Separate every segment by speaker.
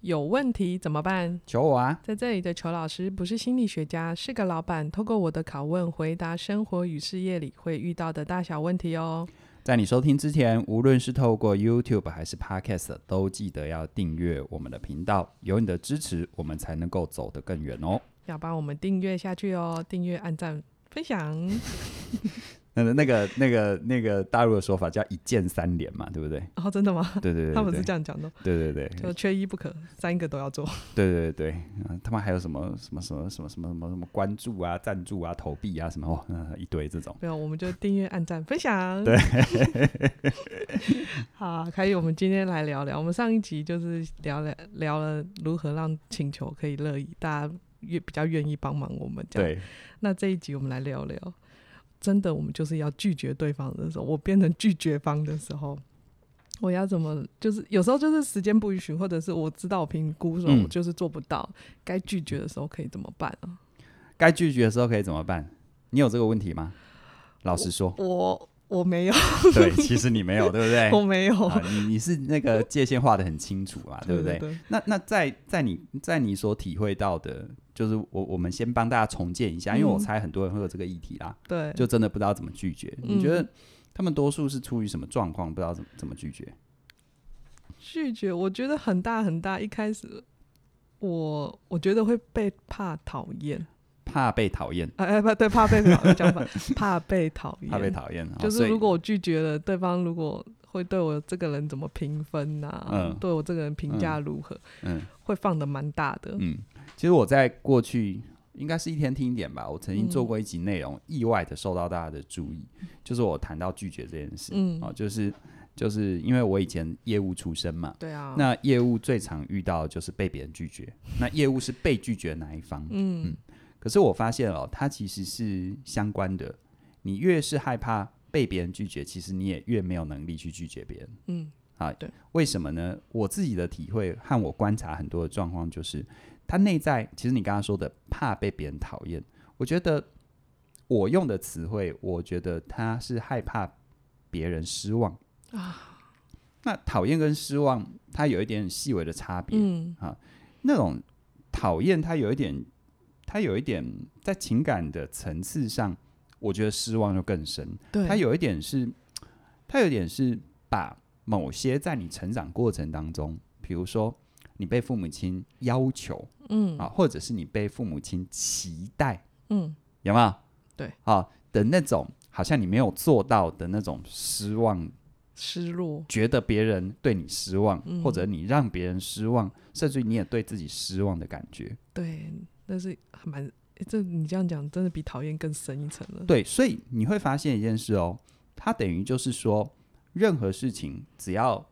Speaker 1: 有问题怎么办？
Speaker 2: 求我啊！
Speaker 1: 在这里的裘老师不是心理学家，是个老板。透过我的拷问，回答生活与事业里会遇到的大小问题哦。
Speaker 2: 在你收听之前，无论是透过 YouTube 还是 Podcast，都记得要订阅我们的频道。有你的支持，我们才能够走得更远哦。
Speaker 1: 要帮我们订阅下去哦，订阅、按赞、分享。
Speaker 2: 那那个、那个、那个大陆的说法叫一键三连嘛，对不对？
Speaker 1: 哦，真的吗？
Speaker 2: 对对对对
Speaker 1: 他们是这样讲的，
Speaker 2: 对对对
Speaker 1: 就缺一不可，三个都要做。
Speaker 2: 对对对，啊他们还有什么什么什么什么什么什么什么关注啊、赞助啊、投币啊什么哦， 嗯一堆这种。
Speaker 1: 没有，我们就订阅、按赞、分享。
Speaker 2: 对，
Speaker 1: 好，凯宇，我们今天来聊聊，我们上一集就是聊了聊了如何让请求可以乐意，大家越比较愿意帮忙我们。这样，
Speaker 2: 对，
Speaker 1: 那这一集我们来聊聊，真的，我们就是要拒绝对方的时候，我变成拒绝方的时候。我要怎么？就是有时候就是时间不允许，或者是我知道我评估说
Speaker 2: 嗯
Speaker 1: 我就是做不到，该、拒绝的时候可以怎么办啊？，
Speaker 2: 该拒绝的时候可以怎么办？你有这个问题吗？老实说
Speaker 1: 我我没有，
Speaker 2: 对，其实你没有，对不对？
Speaker 1: 我没有，
Speaker 2: 啊，你你是那个界限画的很清楚 嘛，对不对？
Speaker 1: 哦对？
Speaker 2: 那那在在你在你所体会到的，就是我我们先帮大家重建一下，因为我
Speaker 1: 嗯
Speaker 2: 猜很多人会有这个议题啦，
Speaker 1: 对，
Speaker 2: 就真的不知道怎么拒绝。你觉得
Speaker 1: 嗯
Speaker 2: 他们多数是出于什么状况，不知道怎么怎么拒绝？
Speaker 1: 拒绝，我觉得很大很大。一开始我我觉得会被怕讨厌，
Speaker 2: 怕被讨厌，
Speaker 1: 哎哎不对，怕被讨厌，讲反， 怕被讨厌，
Speaker 2: 怕被讨厌，
Speaker 1: 就
Speaker 2: 哦所
Speaker 1: 是
Speaker 2: 以
Speaker 1: 如果我拒绝了，对方如果会对我这个人怎么评分呐、啊
Speaker 2: 嗯
Speaker 1: 对我这个人评价如何，
Speaker 2: 嗯
Speaker 1: 会放的蛮大的。
Speaker 2: 嗯，其实我在过去应该是一天听一点吧，我曾经做
Speaker 1: 嗯
Speaker 2: 过一集内容，意外的受到大家的注意，就是我谈到拒绝这件事，
Speaker 1: 嗯
Speaker 2: 哦，就是就是因为我以前业务出身嘛，
Speaker 1: 对啊，
Speaker 2: 那业务最常遇到的就是被别人拒绝，那业务是被拒绝哪一方？
Speaker 1: 嗯
Speaker 2: 嗯可是我发现哦，它其实是相关的。你越是害怕被别人拒绝，其实你也越没有能力去拒绝别人。
Speaker 1: 嗯
Speaker 2: 啊为什么呢？我自己的体会和我观察很多的状况，就是他内在，其实你刚刚说的怕被别人讨厌，我觉得我用的词汇，我觉得他是害怕别人失望
Speaker 1: 啊
Speaker 2: 那讨厌跟失望，它有一点细微的差别。
Speaker 1: 嗯
Speaker 2: 那种讨厌，它有一点，它有一点在情感的层次上，我觉得失望就更深。
Speaker 1: 对，
Speaker 2: 它有一点是，它有一点是把某些在你成长过程当中，比如说你被父母亲要求
Speaker 1: 嗯
Speaker 2: 啊，或者是你被父母亲期待，
Speaker 1: 嗯
Speaker 2: 有没有？
Speaker 1: 对，
Speaker 2: 啊的那种，好像你没有做到的那种失望
Speaker 1: 失落，
Speaker 2: 觉得别人对你失望，
Speaker 1: 嗯
Speaker 2: 或者你让别人失望，甚至于你也对自己失望的感觉。
Speaker 1: 对，那是还蛮。诶这你这样讲，真的比讨厌更深一层了。
Speaker 2: 对，所以你会发现一件事哦，它等于就是说，任何事情只要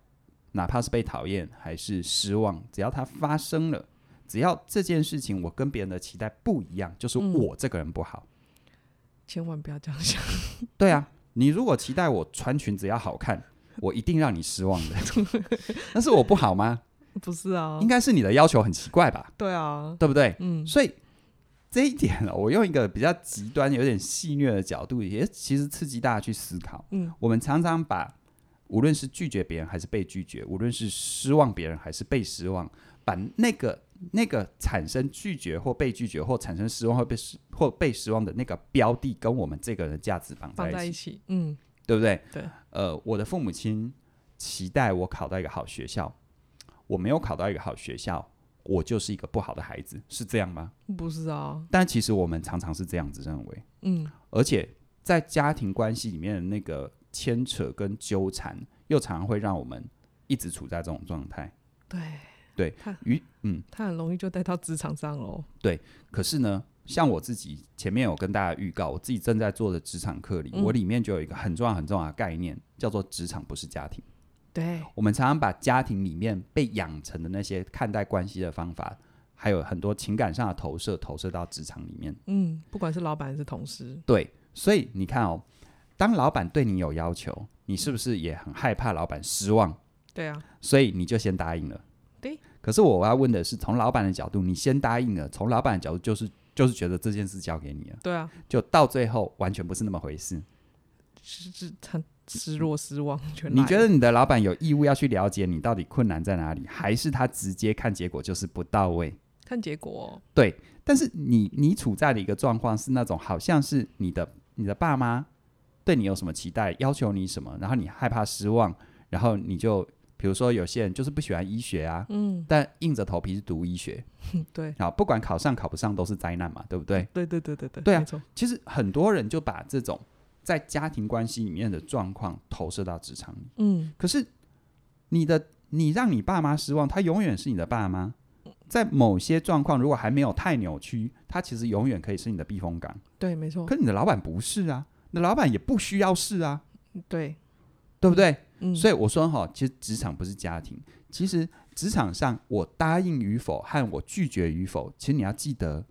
Speaker 2: 哪怕是被讨厌还是失望，只要它发生了，只要这件事情我跟别人的期待不一样，就是
Speaker 1: 嗯
Speaker 2: 我这个人不好。
Speaker 1: 千万不要这样想。
Speaker 2: 对啊，你如果期待我穿裙子要好看，我一定让你失望的。 那是我不好吗？
Speaker 1: 不是啊，
Speaker 2: 应该是你的要求很奇怪吧，
Speaker 1: 对啊，
Speaker 2: 对不对？
Speaker 1: 嗯
Speaker 2: 所以这一点呢，我用一个比较极端、有点戏谑的角度，也其实刺激大家去思考。
Speaker 1: 嗯
Speaker 2: 我们常常把无论是拒绝别人还是被拒绝，无论是失望别人还是被失望，把那个那个产生拒绝或被拒绝或产生失望或被失或被失望的那个标的，跟我们这个人的价值绑
Speaker 1: 放在
Speaker 2: 在一
Speaker 1: 一
Speaker 2: 起，
Speaker 1: 起，嗯，
Speaker 2: 对不对？
Speaker 1: 对。
Speaker 2: 呃，我的父母亲期待我考到一个好学校，我没有考到一个好学校，我就是一个不好的孩子，是这样吗？
Speaker 1: 不是啊，
Speaker 2: 但其实我们常常是这样子认为，
Speaker 1: 嗯，
Speaker 2: 而且在家庭关系里面的那个牵扯跟纠缠，又常常会让我们一直处在这种状态。
Speaker 1: 对，
Speaker 2: 对
Speaker 1: 他
Speaker 2: 于嗯，
Speaker 1: 他很容易就带到职场上喽，
Speaker 2: 可是呢，像我自己前面有跟大家预告，我自己正在做的职场课里，
Speaker 1: 嗯
Speaker 2: 我里面就有一个很重要很重要的概念，叫做职场不是家庭。
Speaker 1: 对，
Speaker 2: 我们常常把家庭里面被养成的那些看待关系的方法，还有很多情感上的投射，投射到职场里面。
Speaker 1: 嗯，不管是老板还是同事，
Speaker 2: 对，所以你看哦，当老板对你有要求，你是不是也很害怕老板失望？
Speaker 1: 对啊，
Speaker 2: 所以你就先答应了。
Speaker 1: 对。
Speaker 2: 可是我要问的是，从老板的角度，你先答应了，从老板的角度就是就是觉得这件事交给你了，
Speaker 1: 对啊，
Speaker 2: 就到最后完全不是那么回事。
Speaker 1: 是是很失落、失望全来
Speaker 2: 你
Speaker 1: 了。
Speaker 2: 觉得你的老板有义务要去了解你到底困难在哪里，还是他直接看结果就是不到位？
Speaker 1: 看结果哦
Speaker 2: 对，但是你你处在的一个状况是那种好像是你的你的爸妈对你有什么期待，要求你什么，然后你害怕失望，然后你就比如说有些人就是不喜欢医学啊，
Speaker 1: 哦？嗯，
Speaker 2: 但硬着头皮去读医学，
Speaker 1: 对，
Speaker 2: 啊，不管考上考不上都是灾难嘛，对不对？
Speaker 1: 对对对对对，
Speaker 2: 对啊
Speaker 1: 没错，
Speaker 2: 其实很多人就把这种在家庭关系里面的状况投射到职场里，
Speaker 1: 嗯，
Speaker 2: 可是你的你让你爸妈失望，他永远是你的爸妈。在某些状况，如果还没有太扭曲，他其实永远可以是你的避风港。
Speaker 1: 对，没错，
Speaker 2: 可你的老板不是啊，你的老板也不需要是啊，
Speaker 1: 对，
Speaker 2: 对不对？
Speaker 1: 嗯，
Speaker 2: 所
Speaker 1: 以
Speaker 2: 以我说哈，其实职场不是家庭，其实职场上我答应与否和我拒绝与否，其实你要记得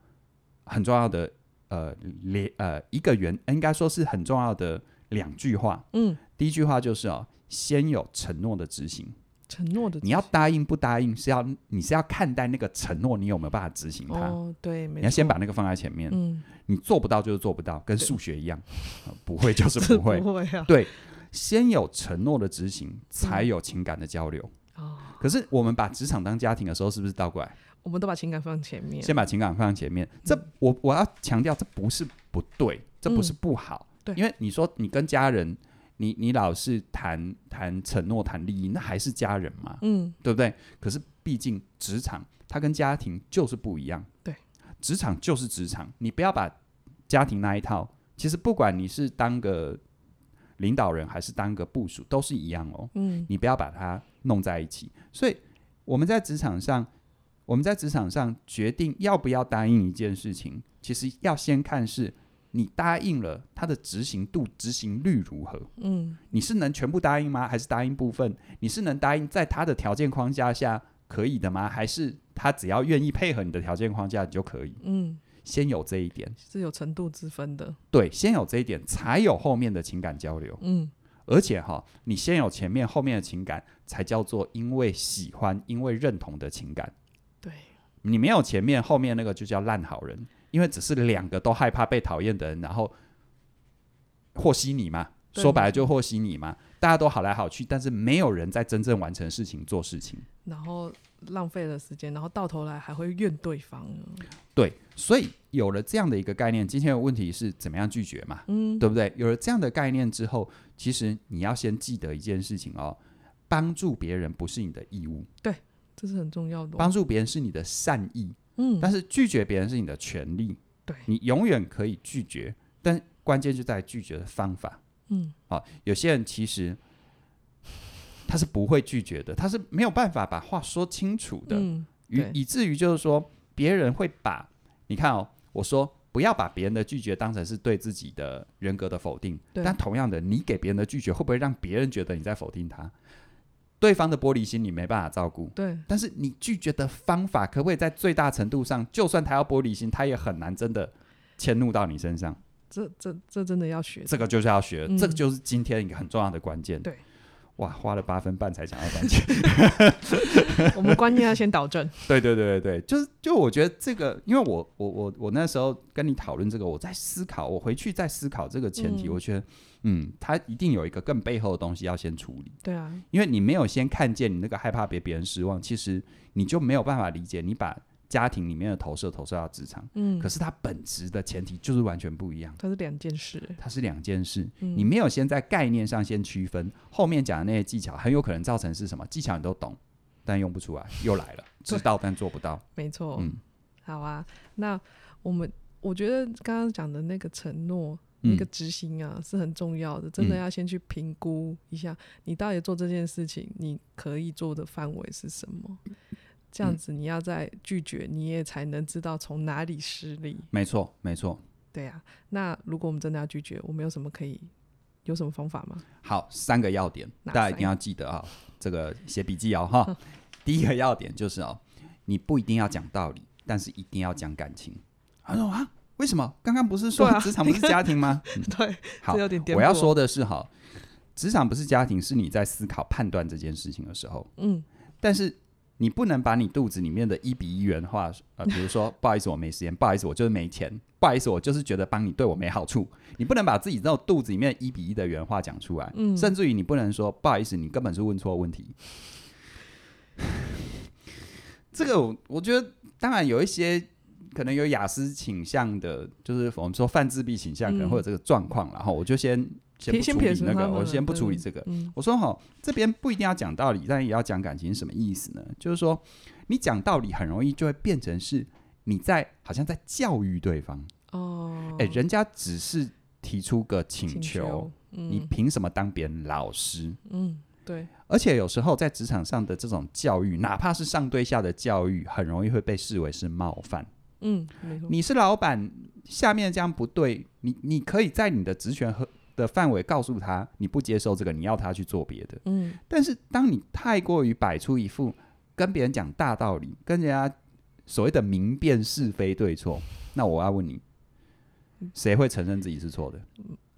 Speaker 2: 很重要的呃连呃一个原，应该说是很重要的两句话。
Speaker 1: 嗯，
Speaker 2: 第一句话就是哦，先有承诺的执行，
Speaker 1: 承诺的
Speaker 2: 你要答应不答应是要你是要看待那个承诺，你有没有办法执行它。
Speaker 1: 哦，对，没
Speaker 2: 你要先
Speaker 1: 错
Speaker 2: 把那个放在前面，
Speaker 1: 嗯，
Speaker 2: 你做不到就是做不到，跟数学一样，呃不会 就是
Speaker 1: 这
Speaker 2: 不会。
Speaker 1: 不会啊，
Speaker 2: 对，先有承诺的执行，才有情感的交流。
Speaker 1: 嗯哦，
Speaker 2: 可是我们把职场当家庭的时候，是不是倒过来？
Speaker 1: 我们都把情感放前面，
Speaker 2: 先把情感放在前面。这
Speaker 1: 嗯
Speaker 2: 我我要强调，这不是不对，这不是不好。
Speaker 1: 对
Speaker 2: 因为你说你跟家人，你你老是谈谈承诺、谈利益，那还是家人嘛，
Speaker 1: 嗯，
Speaker 2: 对不对？可是毕竟职场，它跟家庭就是不一样。
Speaker 1: 对，
Speaker 2: 职场就是职场，你不要把家庭那一套。其实不管你是当个领导人还是当个部署，都是一样哦。
Speaker 1: 嗯，
Speaker 2: 你不要把它弄在一起。所以我们在职场上，我们在职场上决定要不要答应一件事情，其实要先看是你答应了它的执行度、执行率如何。
Speaker 1: 嗯，
Speaker 2: 你是能全部答应吗？还是答应部分？你是能答应在他的条件框架下可以的吗？还是他只要愿意配合你的条件框架，你就可以？
Speaker 1: 嗯，
Speaker 2: 先有这一点，
Speaker 1: 是有程度之分的，
Speaker 2: 对，先有这一点，才有后面的情感交流。
Speaker 1: 嗯，
Speaker 2: 而且哈，你先有前面后面的情感，才叫做因为喜欢、因为认同的情感。
Speaker 1: 对，
Speaker 2: 你没有前面后面那个，就叫烂好人，因为只是两个都害怕被讨厌的人，然后和稀泥嘛，
Speaker 1: 对
Speaker 2: 说白了就和稀泥嘛，大家都好来好去，但是没有人在真正完成事情做事情。
Speaker 1: 然后浪费了时间，然后到头来还会怨对方，
Speaker 2: 对，所以有了这样的一个概念，今天的问题是怎么样拒绝嘛？
Speaker 1: 嗯，
Speaker 2: 对不对？有了这样的概念之后，其实你要先记得一件事情哦，帮助别人不是你的义务。
Speaker 1: 这是很重要的哦，
Speaker 2: 帮助别人是你的善意，
Speaker 1: 嗯，
Speaker 2: 但是拒绝别人是你的权利。
Speaker 1: 对
Speaker 2: 你永远可以拒绝，但关键就在拒绝的方法。
Speaker 1: 嗯，
Speaker 2: 啊，有些人其实他是不会拒绝的，他是没有办法把话说清楚的，
Speaker 1: 嗯，
Speaker 2: 以
Speaker 1: 对
Speaker 2: 以至于就是说，别人会把你看哦，我说不要把别人的拒绝当成是对自己的人格的否定，
Speaker 1: 对
Speaker 2: 但同样的，你给别人的拒绝会不会让别人觉得你在否定他？对方的玻璃心你没办法照顾，
Speaker 1: 对，
Speaker 2: 但是你拒绝的方法，可不可以在最大程度上，就算他要玻璃心，他也很难真的迁怒到你身上。
Speaker 1: 这这这真的要学，
Speaker 2: 这个就是要学，
Speaker 1: 嗯
Speaker 2: 这个就是今天一个很重要的关键。
Speaker 1: 对，
Speaker 2: 哇，花了八分半才讲到关键。
Speaker 1: 我们观念要先导正，
Speaker 2: 对对对对对，就是就我觉得这个，因为我我我我那时候跟你讨论这个，我在思考，我回去在思考这个前提，
Speaker 1: 嗯
Speaker 2: 我觉得，嗯，他一定有一个更背后的东西要先处理。
Speaker 1: 对啊，
Speaker 2: 因为你没有先看见你那个害怕别别人失望，其实你就没有办法理解你把家庭里面的投射投射到职场，
Speaker 1: 嗯，
Speaker 2: 可是它本质的前提就是完全不一样，
Speaker 1: 它是两件事，欸
Speaker 2: 它是两件事。
Speaker 1: 嗯
Speaker 2: 你没有先在概念上先区分，后面讲的那些技巧很有可能造成是什么技巧你都懂，但用不出来，又来了，知道但做不到。
Speaker 1: 没错，
Speaker 2: 嗯
Speaker 1: 好啊，那我们我觉得刚刚讲的那个承诺。
Speaker 2: 嗯
Speaker 1: 那个执行啊、是很重要的，真的
Speaker 2: 嗯
Speaker 1: 要先去评估一下，你到底做这件事情，你可以做的范围是什么？这样
Speaker 2: 嗯
Speaker 1: 子，你要在拒绝，你也才能知道从哪里失利。
Speaker 2: 没错，没错。
Speaker 1: 对啊，那如果我们真的要拒绝，我们有什么可以有什么方法吗？
Speaker 2: 好，三个要点，
Speaker 1: 哪
Speaker 2: 大家一
Speaker 1: 三嗯
Speaker 2: 定要记得啊、这个写笔记哦哈。第一个要点就是哦，你不一定要讲道理，但是一定要讲感情。他说啊，为什么？刚刚不是说
Speaker 1: 对啊
Speaker 2: 职场不是家 庭吗？嗯
Speaker 1: 对，
Speaker 2: 好
Speaker 1: 这有点颠簸
Speaker 2: 我要说的是哈，职场不是家庭，是你在思考判断这件事情的时候，
Speaker 1: 嗯，
Speaker 2: 但是你不能把你肚子里面的一比一元化，呃，比如说不好意思我没时间，不好意思我就是没钱，不好意思我就是觉得帮你对我没好处，你不能把自己这种肚子里面一比一的原话讲出来，
Speaker 1: 嗯
Speaker 2: 甚至于你不能说不好意思你根本是问错问题。 这个我我觉得，当然有一些可能有雅思倾向的，就是我们说泛自闭倾向，可能
Speaker 1: 嗯
Speaker 2: 会有这个状况，然后我就先先
Speaker 1: 撇
Speaker 2: 不
Speaker 1: 先
Speaker 2: 处
Speaker 1: 撇
Speaker 2: 理
Speaker 1: 除
Speaker 2: 那
Speaker 1: 他
Speaker 2: 个，
Speaker 1: 们
Speaker 2: 我
Speaker 1: 了
Speaker 2: 先不处理这个。
Speaker 1: 嗯
Speaker 2: 我说好，这边不一定要讲道理，但也要讲感情，什么意思呢？就是说，你讲道理很容易就会变成是你在好像在教育对方，
Speaker 1: 哦，
Speaker 2: 哎、人家只是提出个请求，
Speaker 1: 请求，
Speaker 2: 你
Speaker 1: 嗯
Speaker 2: 凭什么当别人老师？
Speaker 1: 嗯，对，
Speaker 2: 而且有时候在职场上的这种教育，哪怕是上对下的教育，很容易会被视为是冒犯。
Speaker 1: 嗯，没错，
Speaker 2: 你是老板，下面这样不对，你你可以在你的职权和的范围告诉他，你不接受这个，你要他去做别的。
Speaker 1: 嗯
Speaker 2: 但是当你太过于摆出一副跟别人讲大道理，跟人家所谓的明辨是非对错，那我要问你，
Speaker 1: 嗯
Speaker 2: 谁会承认自己是错的？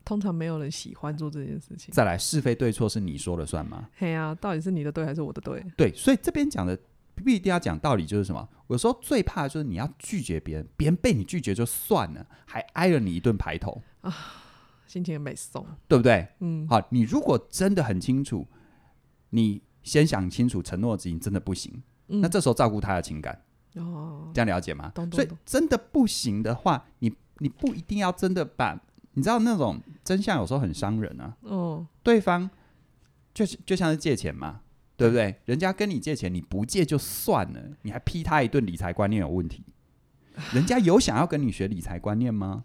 Speaker 1: 通常没有人喜欢做这件事情。
Speaker 2: 再来，是非对错是你说了算吗？
Speaker 1: 嘿呀、到底是你的对还是我的对？
Speaker 2: 对，所以这边讲的必定要讲道理，就是什么？有时候最怕就是你要拒绝别人，别人被你拒绝就算了，还挨了你一顿排头，
Speaker 1: 心情也没送，
Speaker 2: 对不对？
Speaker 1: 嗯，
Speaker 2: 好，你如果真的很清楚，你先想清楚承诺的事情真的不行，
Speaker 1: 嗯
Speaker 2: 那这时候照顾他的情感。
Speaker 1: 哦，
Speaker 2: 这样了解吗？
Speaker 1: 懂懂
Speaker 2: 所以
Speaker 1: 懂
Speaker 2: 真的不行的话，你你不一定要真的把，你知道那种真相有时候很伤人啊。
Speaker 1: 哦，
Speaker 2: 对方就是就像是借钱嘛，对不对？人家跟你借钱，你不借就算了，你还批他一顿理财观念有 问题。人家有想要跟你学理财观念吗？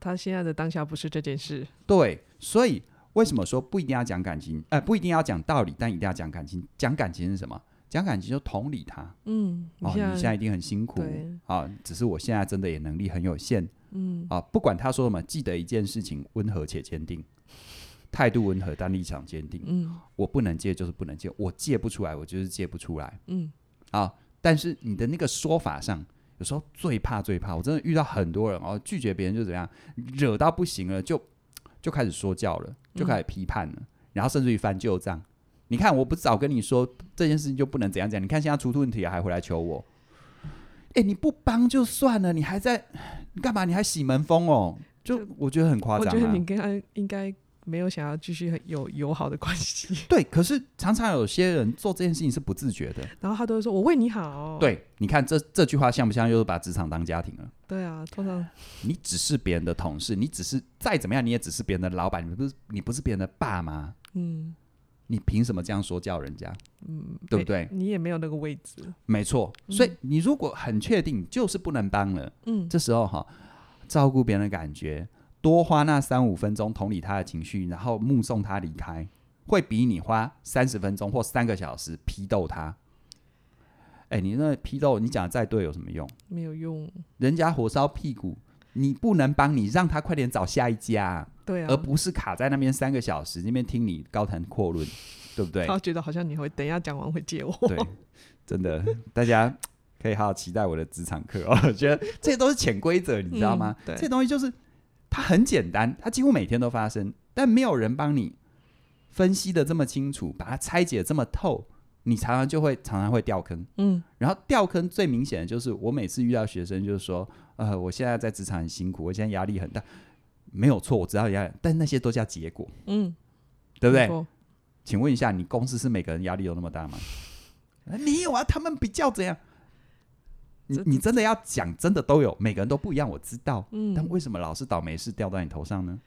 Speaker 1: 他现在的当下不是这件事，
Speaker 2: 对，所以为什么说不一定要讲感情？呃，不一定要讲道理，但一定要讲感情。讲感情是什么？讲感情就同理他。
Speaker 1: 嗯，
Speaker 2: 哦，你
Speaker 1: 现在，
Speaker 2: 现在一定很辛苦
Speaker 1: 对
Speaker 2: 啊！只是我现在真的也能力很有限，嗯啊，不管他说什么，记得一件事情：温和且坚定，态度温和但立场坚定。
Speaker 1: 嗯
Speaker 2: 我不能借就是不能借，我借不出来，我就是借不出来
Speaker 1: 嗯，
Speaker 2: 啊！但是你的那个说法上，有时候最怕最怕，我真的遇到很多人哦，拒绝别人就怎样，惹到不行了，就就开始说教了，
Speaker 1: 嗯
Speaker 2: 就开始批判了，然后甚至于翻旧账。你看，我不是早跟你说这件事情就不能怎样怎样，你看现在出问题了还回来求我。哎、你不帮就算了，你还在你干嘛？你还洗门风哦？就我觉得很夸
Speaker 1: 我
Speaker 2: 张、啊。
Speaker 1: 觉得你跟他应该没有想要继续有友好的关 系，
Speaker 2: 对，可是常常有些人做这件事情是不自觉的。
Speaker 1: 然后他都会说“我为你好”，
Speaker 2: 对，你看这这句话像不像又是把职场当家庭了？
Speaker 1: 对啊，通常
Speaker 2: 你只是别人的同事，你只是再怎么样，你也只是别人的老板，你不是你不是别人的爸妈，
Speaker 1: 嗯
Speaker 2: 你凭什么这样说教人家？
Speaker 1: 嗯，
Speaker 2: 对不
Speaker 1: 没
Speaker 2: 对
Speaker 1: 你也没有那个位置，
Speaker 2: 没错，所以你如果很确定就是不能帮了，
Speaker 1: 嗯，
Speaker 2: 这时候哈，照顾别人的感觉，多花那三五分钟同理他的情绪，然后目送他离开，会比你花三十分钟或三个小时批斗他。哎，你那批斗你讲的再对有什么用？
Speaker 1: 没有用，
Speaker 2: 人家火烧屁股，你不能帮你，让他快点找下一家啊、
Speaker 1: 对啊
Speaker 2: 而，不是卡在那边三个小时那边听你高谈阔 论，对不对？
Speaker 1: 他觉得好像你会等一下讲完会接我，
Speaker 2: 对，真的，大家可以好好期待我的职场课哦。我 觉得这些都是潜规则，你知道吗？
Speaker 1: 嗯对
Speaker 2: 这些东西就是它很简单，它几乎每天都发生，但没有人帮你分析的这么清楚，把它拆解得这么透，你常常就会常常会掉坑。
Speaker 1: 嗯
Speaker 2: 然后掉坑最明显的就是，呃我每次遇到学生就是说，呃，我现在在职场很辛苦，我现在压力很大，没有错，我知道压力，但那些都叫结果，
Speaker 1: 嗯，
Speaker 2: 对不对
Speaker 1: 没？错？
Speaker 2: 请问一下，你公司是每个人压力都那么大吗？没有啊，他们比较怎样？你
Speaker 1: 这
Speaker 2: 你真的要讲，真的都有，每个人都不一样，我知道。但
Speaker 1: 嗯，
Speaker 2: 为什么老是倒霉事掉到你头上呢？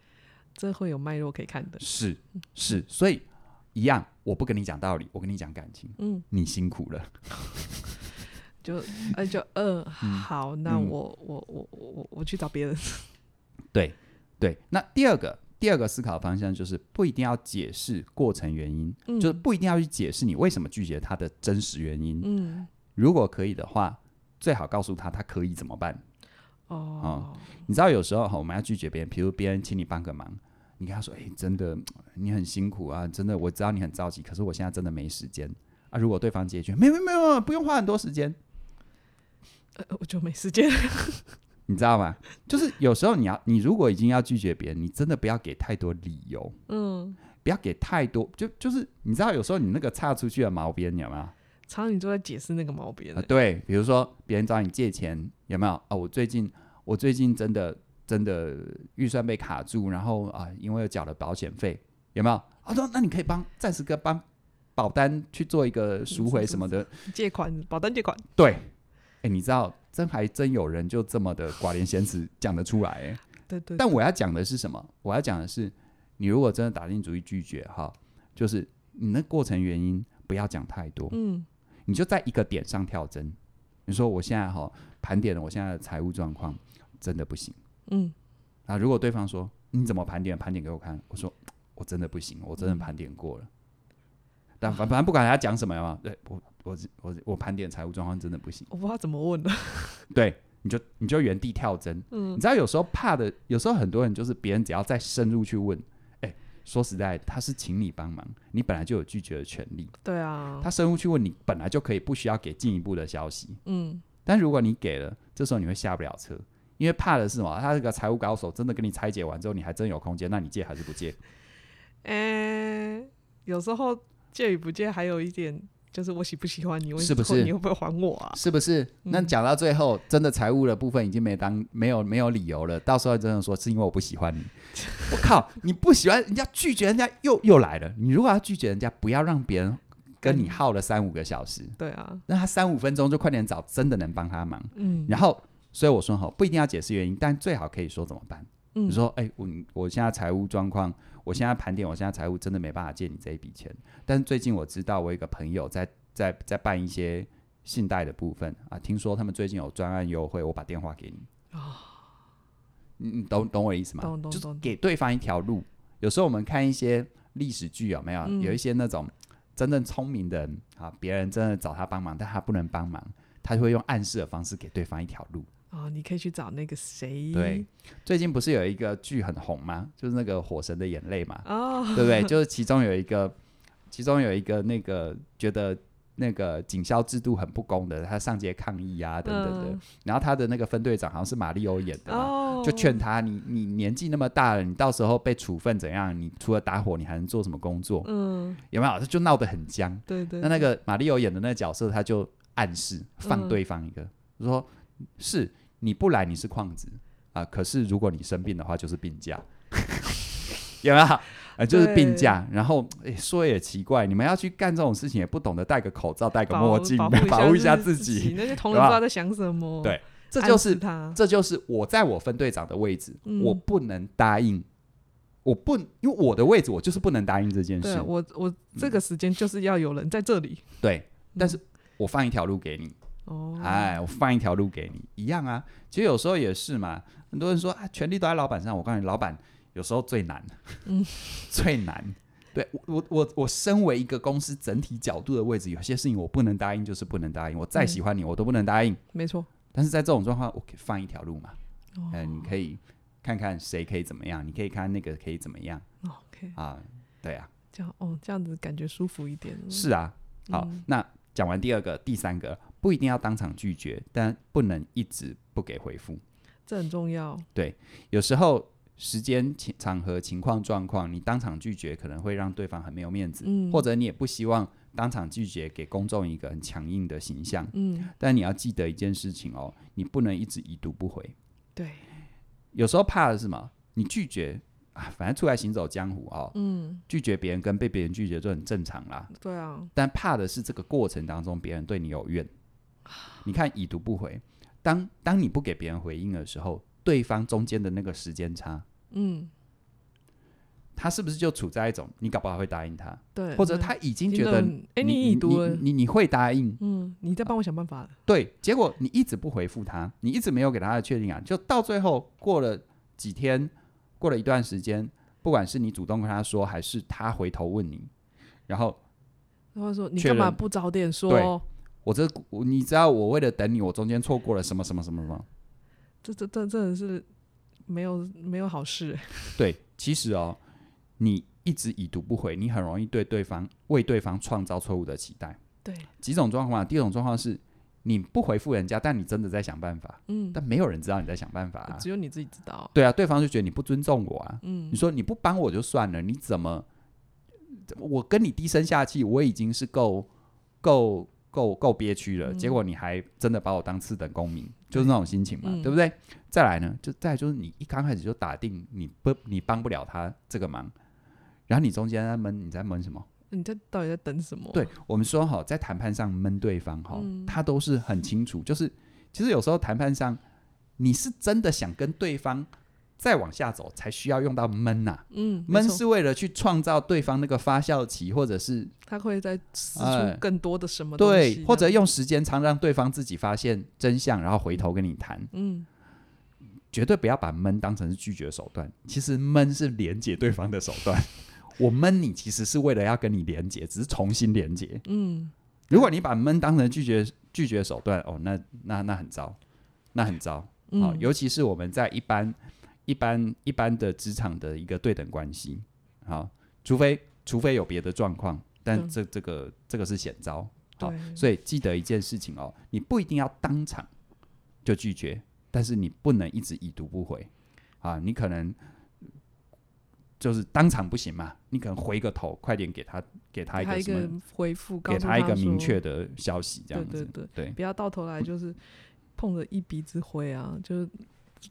Speaker 1: 这会有脉络可以看的，
Speaker 2: 是是，所以一样，我不跟你讲道理，我跟你讲感情，
Speaker 1: 嗯。
Speaker 2: 你辛苦了。
Speaker 1: 就呃就呃好，那
Speaker 2: 嗯
Speaker 1: 我我我我我我去找别人。
Speaker 2: 对对，那第二个第二个思考方向就是不一定要解释过程原因，
Speaker 1: 嗯
Speaker 2: 就是不一定要去解释你为什么拒绝他的真实原因。
Speaker 1: 嗯
Speaker 2: 如果可以的话，最好告诉他他可以怎么办。啊
Speaker 1: 哦，
Speaker 2: 你知道有时候哈，我们要拒绝别人，比如别人请你帮个忙，你跟他说：“哎、真的，你很辛苦啊，真的，我知道你很着急，可是我现在真的没时间啊。”如果对方接一句“没有没有没有，不用花很多时间
Speaker 1: 呃我就没时间。”，
Speaker 2: 你知道吗？就是有时候你要，你如果已经要拒绝别人，你真的不要给太多理由，
Speaker 1: 嗯，
Speaker 2: 不要给太多，就就是你知道，有时候你那个岔出去的毛边，你有没有？
Speaker 1: 常常你都在解释那个毛病、
Speaker 2: 啊，对，比如说别人找你借钱，有没有啊？我最近我最近真的真的预算被卡住，然后啊，因为缴了保险费，有没有啊？那那你可以帮暂时跟帮保单去做一个赎回什么的，
Speaker 1: 借款保单借款，
Speaker 2: 对。哎，你知道，真还真有人就这么的寡廉鲜耻讲得出来、哎
Speaker 1: 对对
Speaker 2: 但我要讲的是什么？我要讲的是，你如果真的打定主意拒绝哈，就是你那过程原因不要讲太多，
Speaker 1: 嗯，
Speaker 2: 你就在一个点上跳针。你说我现在哈盘点了我现在的财务状况，真的不行。
Speaker 1: 嗯，
Speaker 2: 啊，如果对方说你怎么盘点，盘点给我看，我说我真的不行，我真的盘点过了。但反反正不管他讲什么嘛，对我我我我盘点财务状况真的不行。
Speaker 1: 我不知道怎么问了，
Speaker 2: 对，你就你就原地跳针。你知道有时候怕的，有时候很多人就是别人只要再深入去问，哎、说实在，他是请你帮忙，你本来就有拒绝的权利。
Speaker 1: 对啊，
Speaker 2: 他深入去问你，本来就可以不需要给进一步的消息。
Speaker 1: 嗯，
Speaker 2: 但如果你给了，这时候你会下不了车，因为怕的是什么？他这个财务高手真的跟你拆解完之后，你还真有空间，那你借还是不借？
Speaker 1: 诶、有时候借与不借还有一点就是我喜不喜欢你，我
Speaker 2: 是不
Speaker 1: 之后
Speaker 2: 是
Speaker 1: 你会不会还我啊？
Speaker 2: 是不是？那讲到最后，真的财务的部分已经没当没有没有理由了。到时候真的说是因为我不喜欢你， 我靠，你不喜欢人家拒绝人家又又来了。你如果要拒绝人家，不要让别人跟你耗了三五个小时，
Speaker 1: 对啊，
Speaker 2: 那他三五分钟就快点找真的能帮他忙。
Speaker 1: 嗯
Speaker 2: 然后，所以我说哈，不一定要解释原因，但最好可以说怎么办。
Speaker 1: 嗯，
Speaker 2: 你说，哎、我我现在财务状况，我现在盘点，我现在财务真的没办法借你这一笔钱。但是最近我知道，我有一个朋友在在在办一些信贷的部分啊，听说他们最近有专案优惠，我把电话给你。你你懂懂我的意思吗？
Speaker 1: 哦懂懂
Speaker 2: 就是
Speaker 1: 懂
Speaker 2: 给对方一条路。有时候我们看一些历史剧，有没有、
Speaker 1: 嗯
Speaker 2: 有一些那种真正聪明的人啊，别人真的找他帮忙，但他不能帮忙，他就会用暗示的方式给对方一条路。
Speaker 1: 啊，你可以去找那个谁，
Speaker 2: 对，最近不是有一个剧很红吗？就是那个《火神的眼泪》嘛，
Speaker 1: 啊，
Speaker 2: 对不对？就是其中有一个，其中有一个那个觉得那个警校制度很不公的，他上街抗议啊等等的。
Speaker 1: 嗯
Speaker 2: 然后他的那个分队长好像是马里欧演的嘛，
Speaker 1: 哦，
Speaker 2: 就劝他你你年纪那么大了，你到时候被处分怎样？你除了打火，你还能做什么工作？
Speaker 1: 嗯，
Speaker 2: 有没有？就闹得很僵。
Speaker 1: 对对，
Speaker 2: 那那个马里欧演的那个角色，他就暗示放
Speaker 1: 嗯
Speaker 2: 对方一个，就说是你不来你是矿子啊，可是如果你生病的话就是病假， 有没有？呃，就是病假。然后、诶说也奇怪，你们要去干这种事情，也不懂得戴个口罩、戴个
Speaker 1: 保
Speaker 2: 墨镜，
Speaker 1: 保
Speaker 2: 保护一下
Speaker 1: 自
Speaker 2: 自己。
Speaker 1: 那些同
Speaker 2: 有
Speaker 1: 仁不
Speaker 2: 没有
Speaker 1: 知道在想什么，
Speaker 2: 对这
Speaker 1: 暗
Speaker 2: 就
Speaker 1: 示
Speaker 2: 是
Speaker 1: 他，
Speaker 2: 这就是我在我分队长的位置，
Speaker 1: 嗯
Speaker 2: 我不能答应，我不因为我的位置，我就是不嗯能答应这件
Speaker 1: 对
Speaker 2: 事。
Speaker 1: 我我这个时间就是要有人在这里，
Speaker 2: 对，但
Speaker 1: 嗯
Speaker 2: 是我放一条路给你，
Speaker 1: 哦，
Speaker 2: 哎，我放一条路给你，一样啊。其实有时候也是嘛，很多人说啊，权力都在老板上。我告诉你，老板有时候最难，
Speaker 1: 嗯
Speaker 2: 最难。对我，我，我，我身为一个公司整体角度的位置，有些事情我不能答应，就是不能答应。我再
Speaker 1: 嗯
Speaker 2: 喜欢你，我都不能答应。
Speaker 1: 没错，
Speaker 2: 但是在这种状况，我可以放一条路嘛，
Speaker 1: 哦
Speaker 2: 嗯，你可以看看谁可以怎么样，你可以看那个可以怎么样
Speaker 1: 哦，OK，
Speaker 2: 啊，对啊，
Speaker 1: 这样哦，这样子感觉舒服一点了，
Speaker 2: 是啊，好，
Speaker 1: 嗯
Speaker 2: 那讲完第二个、第三个，不一定要当场拒绝，但不能一直不给回复。
Speaker 1: 这很重要，
Speaker 2: 有时候时间、情场合、情况、状况，你当场拒绝可能会让对方很没有面子，
Speaker 1: 嗯，
Speaker 2: 或者你也不希望当场拒绝给公众一个很强硬的形象。
Speaker 1: 嗯，
Speaker 2: 但你要记得一件事情哦，你不能一直已读不回。
Speaker 1: 对，
Speaker 2: 有时候怕的是什么？你拒绝啊，反正出来行走江湖哦，
Speaker 1: 嗯，
Speaker 2: 拒绝别人跟被别人拒绝就很正常啦。
Speaker 1: 对啊，
Speaker 2: 但怕的是这个过程当中别人对你有怨。
Speaker 1: 啊
Speaker 2: 你看已读不回，当当你不给别人回应的时候，对方中间的那个时间差，
Speaker 1: 嗯，
Speaker 2: 他是不是就处在一种你搞不好会答应他，
Speaker 1: 对，
Speaker 2: 或者
Speaker 1: 对
Speaker 2: 他已经
Speaker 1: 已经
Speaker 2: 觉
Speaker 1: 都
Speaker 2: 得
Speaker 1: 很哎，
Speaker 2: 你
Speaker 1: 已读了
Speaker 2: 你，你你会答应，
Speaker 1: 嗯，你再帮我想办法了，
Speaker 2: 对，结果你一直不回复他，你一直没有给他的确定啊，就到最后过了几天，过了一段时间，不管是你主动跟他说，还是他回头问你，然后
Speaker 1: 然后说你
Speaker 2: 确
Speaker 1: 干嘛
Speaker 2: 认
Speaker 1: 不早点说
Speaker 2: 对？我这我你知道我为了等你，我中间错过了什么什么什么什么，
Speaker 1: 这这这真的是没有没有好事，
Speaker 2: 对，其实哦，你一直已读不回，你很容易对对方为对方创造错误的期待。
Speaker 1: 对，
Speaker 2: 几种状况啊，第一种状况是你不回复人家，但你真的在想办法，
Speaker 1: 嗯，
Speaker 2: 但没有人知道你在想办法、啊
Speaker 1: 只。有你自己知道，
Speaker 2: 对啊，对方就觉得你不尊重我啊。
Speaker 1: 嗯
Speaker 2: 你，说你不帮我就算了，你怎么？怎么我跟你低声下气，我已经是够够够够憋屈了，
Speaker 1: 嗯
Speaker 2: 结果你还真的把我当次等公民，就是那种心情嘛，
Speaker 1: 嗯
Speaker 2: 对不对？再来呢，就再来就是你一刚开始就打定你不你帮不了他这个忙，然后你中间在闷，你在闷什么？
Speaker 1: 你在到底在等什么？
Speaker 2: 对，我们说好，在谈判上闷对方哈，
Speaker 1: 嗯
Speaker 2: 他都是很清楚。就是其实有时候谈判上，你是真的想跟对方再往下走，才需要用到闷呐、
Speaker 1: 嗯，没
Speaker 2: 闷
Speaker 1: 错
Speaker 2: 是为了去创造对方那个发酵期，或者是
Speaker 1: 他会再使
Speaker 2: 哎
Speaker 1: 出更多的什么东西这
Speaker 2: 对，
Speaker 1: 样，
Speaker 2: 或者用时间长让对方自己发现真相，然后回头跟你谈。
Speaker 1: 嗯，
Speaker 2: 绝对不要把闷当成是拒绝手段，其实闷是连接对方的手段。 我闷你其实是为了要跟你连接，只是重新连接。
Speaker 1: 嗯，
Speaker 2: 如果你把闷当成拒绝拒绝手段，哦，那那那很糟，那很糟。
Speaker 1: 嗯，
Speaker 2: 哦，尤其是我们在一般一般一般的职场的一个对等关系，好、除非除非有别的状况，但
Speaker 1: 对
Speaker 2: 这这个这个是险招。好
Speaker 1: 对，
Speaker 2: 所以记得一件事情哦，你不一定要当场就拒绝，但是你不能一直已读不回啊，你可能。就是当场不行嘛，你可能回个头，快点给他给他一
Speaker 1: 他
Speaker 2: 个
Speaker 1: 一
Speaker 2: 什么
Speaker 1: 个回复，告
Speaker 2: 给
Speaker 1: 诉
Speaker 2: 他一个明
Speaker 1: 说
Speaker 2: 确的消息，这样
Speaker 1: 对
Speaker 2: 子。
Speaker 1: 对对，
Speaker 2: 对
Speaker 1: 不要到头来就是碰着一鼻子灰啊，就是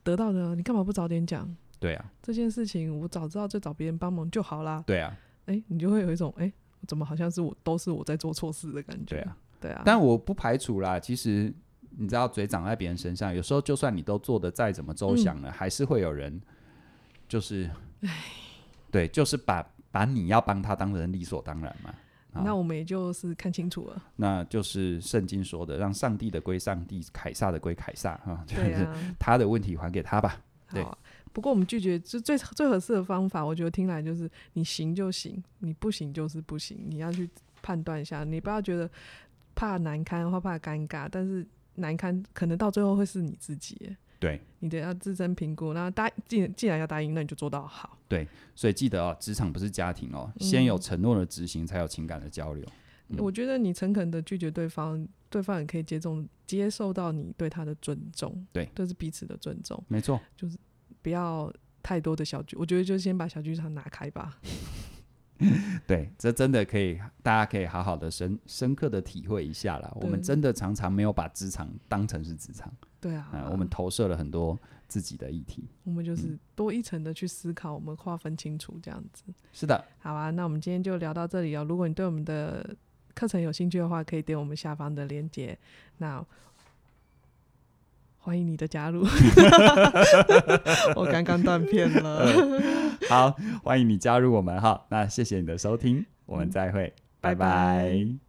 Speaker 1: 得到的，你干嘛不早点讲？
Speaker 2: 对啊，
Speaker 1: 这件事情我早知道就找别人帮忙就好啦。
Speaker 2: 对啊，
Speaker 1: 哎，你就会有一种哎，怎么好像是我都是我在做错事的感觉。
Speaker 2: 对啊，。
Speaker 1: 对啊。
Speaker 2: 但我不排除啦，其实你知道，嘴长在别人身上，有时候就算你都做的再怎么周详
Speaker 1: 嗯
Speaker 2: 了，还是会有人就是，对，就是把把你要帮他当成理所当然嘛。啊
Speaker 1: 那我们也就是看清楚了，
Speaker 2: 那就是圣经说的，让上帝的归上帝，凯撒的归凯撒啊， 就
Speaker 1: 对
Speaker 2: 是
Speaker 1: 啊，
Speaker 2: 他的问题还给他吧。对
Speaker 1: 好啊。不过我们拒绝就最最合适的方法，我觉得听来就是你行就行，你不行就是不行，你要去判断一下，你不要觉得怕难堪或怕尴尬，但是难堪可能到最后会是你自己耶，
Speaker 2: 对，
Speaker 1: 你得要自身评估。那答既然既然要答应，那你就做到好。
Speaker 2: 所以记得哦，职场不是家庭哦，
Speaker 1: 嗯
Speaker 2: 先有承诺的执行，才有情感的交流。嗯
Speaker 1: 我觉得你诚恳的拒绝对方，对方也可以接种接受到你对他的尊重，
Speaker 2: 对
Speaker 1: 这是彼此的尊重，
Speaker 2: 没错，
Speaker 1: 不要太多的小剧，我觉得就先把小剧场拿开吧。
Speaker 2: 对，这真的可以，大家可以好好的深深刻的体会一下啦。我们
Speaker 1: 对
Speaker 2: 真的常常没有把职场当成是职场，
Speaker 1: 对啊，
Speaker 2: 啊、我们投射了很多自己的议题。
Speaker 1: 我们就是多一层的去思考，我们划分清楚这样子。
Speaker 2: 是的，
Speaker 1: 好啊，那我们今天就聊到这里哦。如果你对我们的课程有兴趣的话，可以点我们下方的链接。那欢迎你的加入。 我刚刚断片了，
Speaker 2: 嗯好，欢迎你加入我们哈。那谢谢你的收听，我们再会，
Speaker 1: 拜拜
Speaker 2: 拜拜